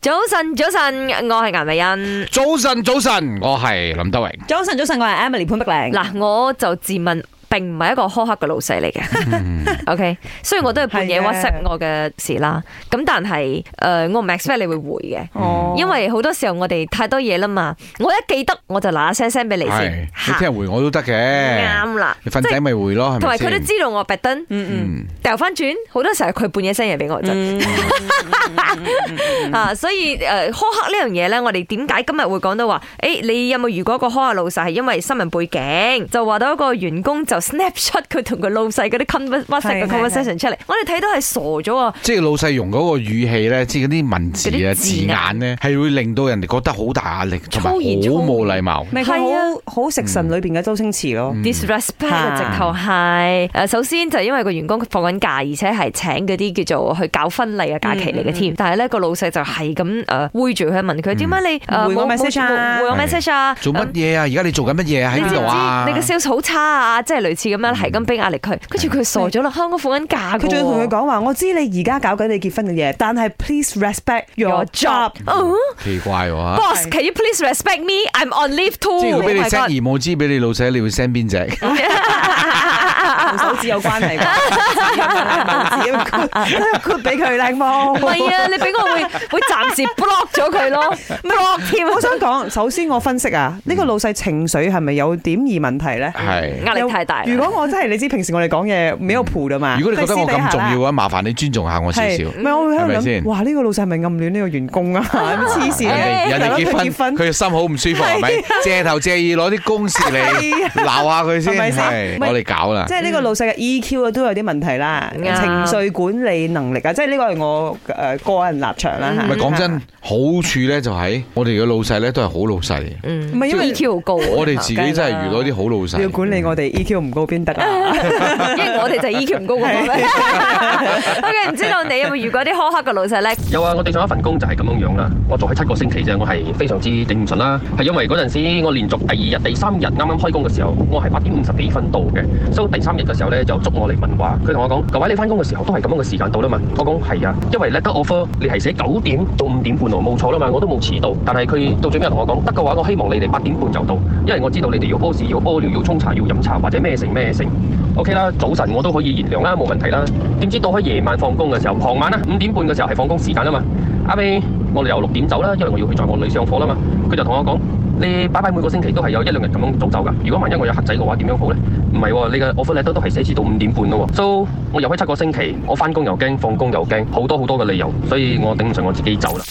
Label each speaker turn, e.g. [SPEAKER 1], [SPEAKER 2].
[SPEAKER 1] 早晨，早晨，我係顏美欣。
[SPEAKER 2] 早晨，早晨，我哦係林德榮。
[SPEAKER 3] 早晨，早晨，我係 Emily 潘碧玲。
[SPEAKER 1] 嗱，我就自問並唔係一個苛刻嘅老細嚟嘅。OK，雖然我都係半夜
[SPEAKER 3] 係嘅
[SPEAKER 1] WhatsApp 我嘅事啦，咁但係誒、呃我唔 expect 你會回嘅。
[SPEAKER 3] 哦
[SPEAKER 1] 因為好多時候我哋太多嘢啦嘛，我一記得我就嗱嗱聲 send 俾你
[SPEAKER 2] 係，
[SPEAKER 1] 先，
[SPEAKER 2] 你
[SPEAKER 1] 嚇
[SPEAKER 2] 聽日回我都得嘅。
[SPEAKER 1] 啱啦，
[SPEAKER 2] 你瞓醒咪回咯，係
[SPEAKER 1] 同
[SPEAKER 2] 咪
[SPEAKER 1] 埋佢都
[SPEAKER 2] 先？
[SPEAKER 1] 知道我特登
[SPEAKER 3] 嗯
[SPEAKER 1] 掉翻轉，好多時候係佢半夜 send 嘢俾我啫。
[SPEAKER 3] 嗯，
[SPEAKER 1] 啊，所以誒、呃苛刻呢樣嘢咧，我哋點解今日會講到話？誒、你有冇遇過一個苛刻老細係因為新聞背景，就話到一個員工就 snapshot 佢同佢老細嗰啲 convers WhatsApp 嘅
[SPEAKER 3] 係係
[SPEAKER 1] conversation 出嚟，我哋睇到係傻咗啊！
[SPEAKER 2] 即係老細用嗰個語氣咧，即係嗰啲文字
[SPEAKER 1] 嗰
[SPEAKER 2] 啊
[SPEAKER 1] 啲
[SPEAKER 2] 字
[SPEAKER 1] 字
[SPEAKER 2] 眼咧，係會令到人哋覺得好大壓力，同埋好
[SPEAKER 1] 粗言粗語
[SPEAKER 2] 冇禮貌。
[SPEAKER 3] 咪
[SPEAKER 1] 係
[SPEAKER 3] 佢
[SPEAKER 1] 啊
[SPEAKER 3] 好好食神裏邊嘅周星馳咯。
[SPEAKER 2] 嗯
[SPEAKER 1] disrespect
[SPEAKER 3] 嗯嚇
[SPEAKER 1] 啊直頭係誒，首先就因為個員工放緊假，而且係請嗰啲叫做去搞婚禮嘅假期
[SPEAKER 3] 嗯
[SPEAKER 1] 嚟嘅添，但係咧個老細就係咁誒背住佢問佢點解你誒
[SPEAKER 3] 回我
[SPEAKER 1] 冇
[SPEAKER 3] message 啊
[SPEAKER 1] 冇回我 message 啊？
[SPEAKER 2] 做乜嘢啊？而家你做緊乜嘢啊？喺
[SPEAKER 1] 你知唔
[SPEAKER 2] 邊度啊？
[SPEAKER 1] 知你嘅 sales 好差啊？即係類似咁樣，係咁俾壓力佢，跟住佢傻咗啦。香港放緊假㗎喎，
[SPEAKER 3] 佢仲要同佢講話，我知你而家搞緊你結婚嘅嘢，但係 please respect your
[SPEAKER 1] your job。。
[SPEAKER 3] job
[SPEAKER 1] 嗯
[SPEAKER 2] 哦奇怪喎嚇
[SPEAKER 1] Boss, can you please respect me? I'm on leave too.
[SPEAKER 2] 即係佢俾你
[SPEAKER 1] 哦 Oh my
[SPEAKER 2] send
[SPEAKER 1] God 嗯
[SPEAKER 2] 而冇知俾你老細，你會 send 邊隻？
[SPEAKER 3] 同手指有 關係
[SPEAKER 1] 啊
[SPEAKER 3] 㗎，手指咁括俾佢靚冇
[SPEAKER 1] 唔。係啊，你俾我會會暫時 block 咗佢咯，block 添。
[SPEAKER 3] 我想講，首先我分析啊，呢個老細情緒係咪有點而問題咧？
[SPEAKER 2] 係。嗯
[SPEAKER 1] 壓力太大啦。
[SPEAKER 3] 如果我真係你知，平時我哋講嘢沒有譜㗎嘛。
[SPEAKER 2] 如果你覺得我咁重要嘅
[SPEAKER 3] 啊，
[SPEAKER 2] 話，麻煩你尊重下我少
[SPEAKER 3] 係
[SPEAKER 2] 少。
[SPEAKER 3] 唔係我會喺
[SPEAKER 2] 係咪
[SPEAKER 3] 度
[SPEAKER 2] 先
[SPEAKER 3] 諗，哇！呢個老細係咪暗戀呢個員 工啊？黐線
[SPEAKER 2] 人哋人
[SPEAKER 3] 大佬
[SPEAKER 2] 哋
[SPEAKER 3] 哎佢
[SPEAKER 2] 結婚，
[SPEAKER 3] 結婚
[SPEAKER 2] 佢心好唔舒服係咪？借頭借意攞啲公事嚟
[SPEAKER 3] 係啊
[SPEAKER 2] 鬧下佢先，
[SPEAKER 3] 係咪先
[SPEAKER 2] 係
[SPEAKER 3] 咪
[SPEAKER 2] 我哋搞啦
[SPEAKER 3] 即。係呢個老細嘅 EQ 啊，都有啲問題啦，
[SPEAKER 1] 啱
[SPEAKER 3] 情緒管理能力啊，即係呢個係我誒個人立場啦嚇。
[SPEAKER 2] 唔係講真，好處咧就係我哋嘅老細咧都係好老細嚟嘅，
[SPEAKER 1] 嗯，
[SPEAKER 3] 唔係因為
[SPEAKER 1] EQ 好高，啊
[SPEAKER 2] 我哋
[SPEAKER 3] 哦
[SPEAKER 2] 自己真係遇到啲好老
[SPEAKER 3] 你要
[SPEAKER 2] 細。
[SPEAKER 3] 管理我哋 EQ 唔高邊得啊？
[SPEAKER 1] 因為我哋就係 EQ 唔高咁樣。OK，唔知道你有冇遇過啲苛刻嘅老細咧？
[SPEAKER 4] 有啊，我對上一份工就係咁樣樣啦。我做喺七個星期啫，我係非常之頂唔順啦。係因為嗰陣時我連續第二日、第三日啱啱開工嘅時候，我係八點五十幾分到嘅，所以第三日嘅時候咧就捉我嚟問話。佢同我講：各位你翻工嘅時候都係咁樣嘅時間到啦嘛。我講係啊，因為 letter offer 你係寫九點到五點半喎，冇錯啦嘛，我都冇遲到。但係佢到最尾同我講得嘅話，我希望你哋八點半就到，因為我知道你哋要屙屎、要屙尿、要沖茶、要飲茶或者咩成咩成。OK 啦，早晨我都可以原諒啦，冇問題啦。點知到喺夜晚放工嘅時候，傍晚啦，啊五點半嘅時候係放工時間啊嘛。阿尾我哋由六點走啦，因為我要去載我女上課啦嘛。佢就同我講：你拜拜每個星期都係有一兩日咁樣早走㗎。如果萬一我有黑仔嘅話，點樣好呢？唔係喎，你嘅 offer letter 都係寫至到五點半咯喎。So 我又開七個星期，我翻工又驚，放工又驚，好多好多嘅理由，所以我頂唔順我自己走啦。